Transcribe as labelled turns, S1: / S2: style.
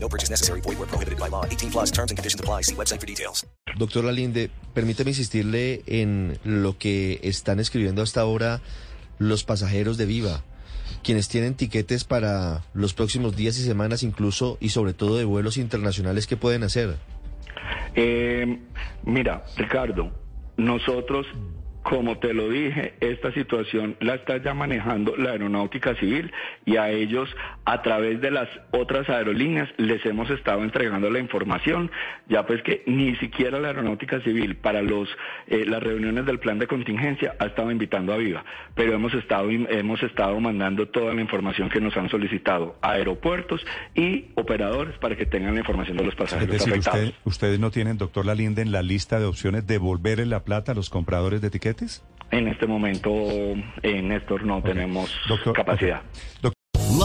S1: No purchase necessary. Void where prohibited by law. 18 plus terms and conditions apply. See website for details.
S2: Doctor Alinde, permítame insistirle en lo que están escribiendo hasta ahora los pasajeros de Viva, quienes tienen tiquetes para los próximos días y semanas incluso y sobre todo de vuelos internacionales que pueden hacer.
S3: Eh, mira, Ricardo, nosotros, como te lo dije, esta situación la está ya manejando la aeronáutica civil y a ellos, a través de las otras aerolíneas, les hemos estado entregando la información, ya pues que ni siquiera la aeronáutica civil para los, eh, las reuniones del plan de contingencia ha estado invitando a Viva, pero hemos estado, hemos estado mandando toda la información que nos han solicitado a aeropuertos y operadores para que tengan la información de los
S4: Es
S3: pasajeros
S4: decir,
S3: afectados.
S4: usted- ustedes no tienen, doctor Lalinde, en la lista de opciones devolverle la plata a los compradores de tiquetes.
S3: En este momento, eh, Néstor, no tenemos
S4: Doctor,
S3: capacidad.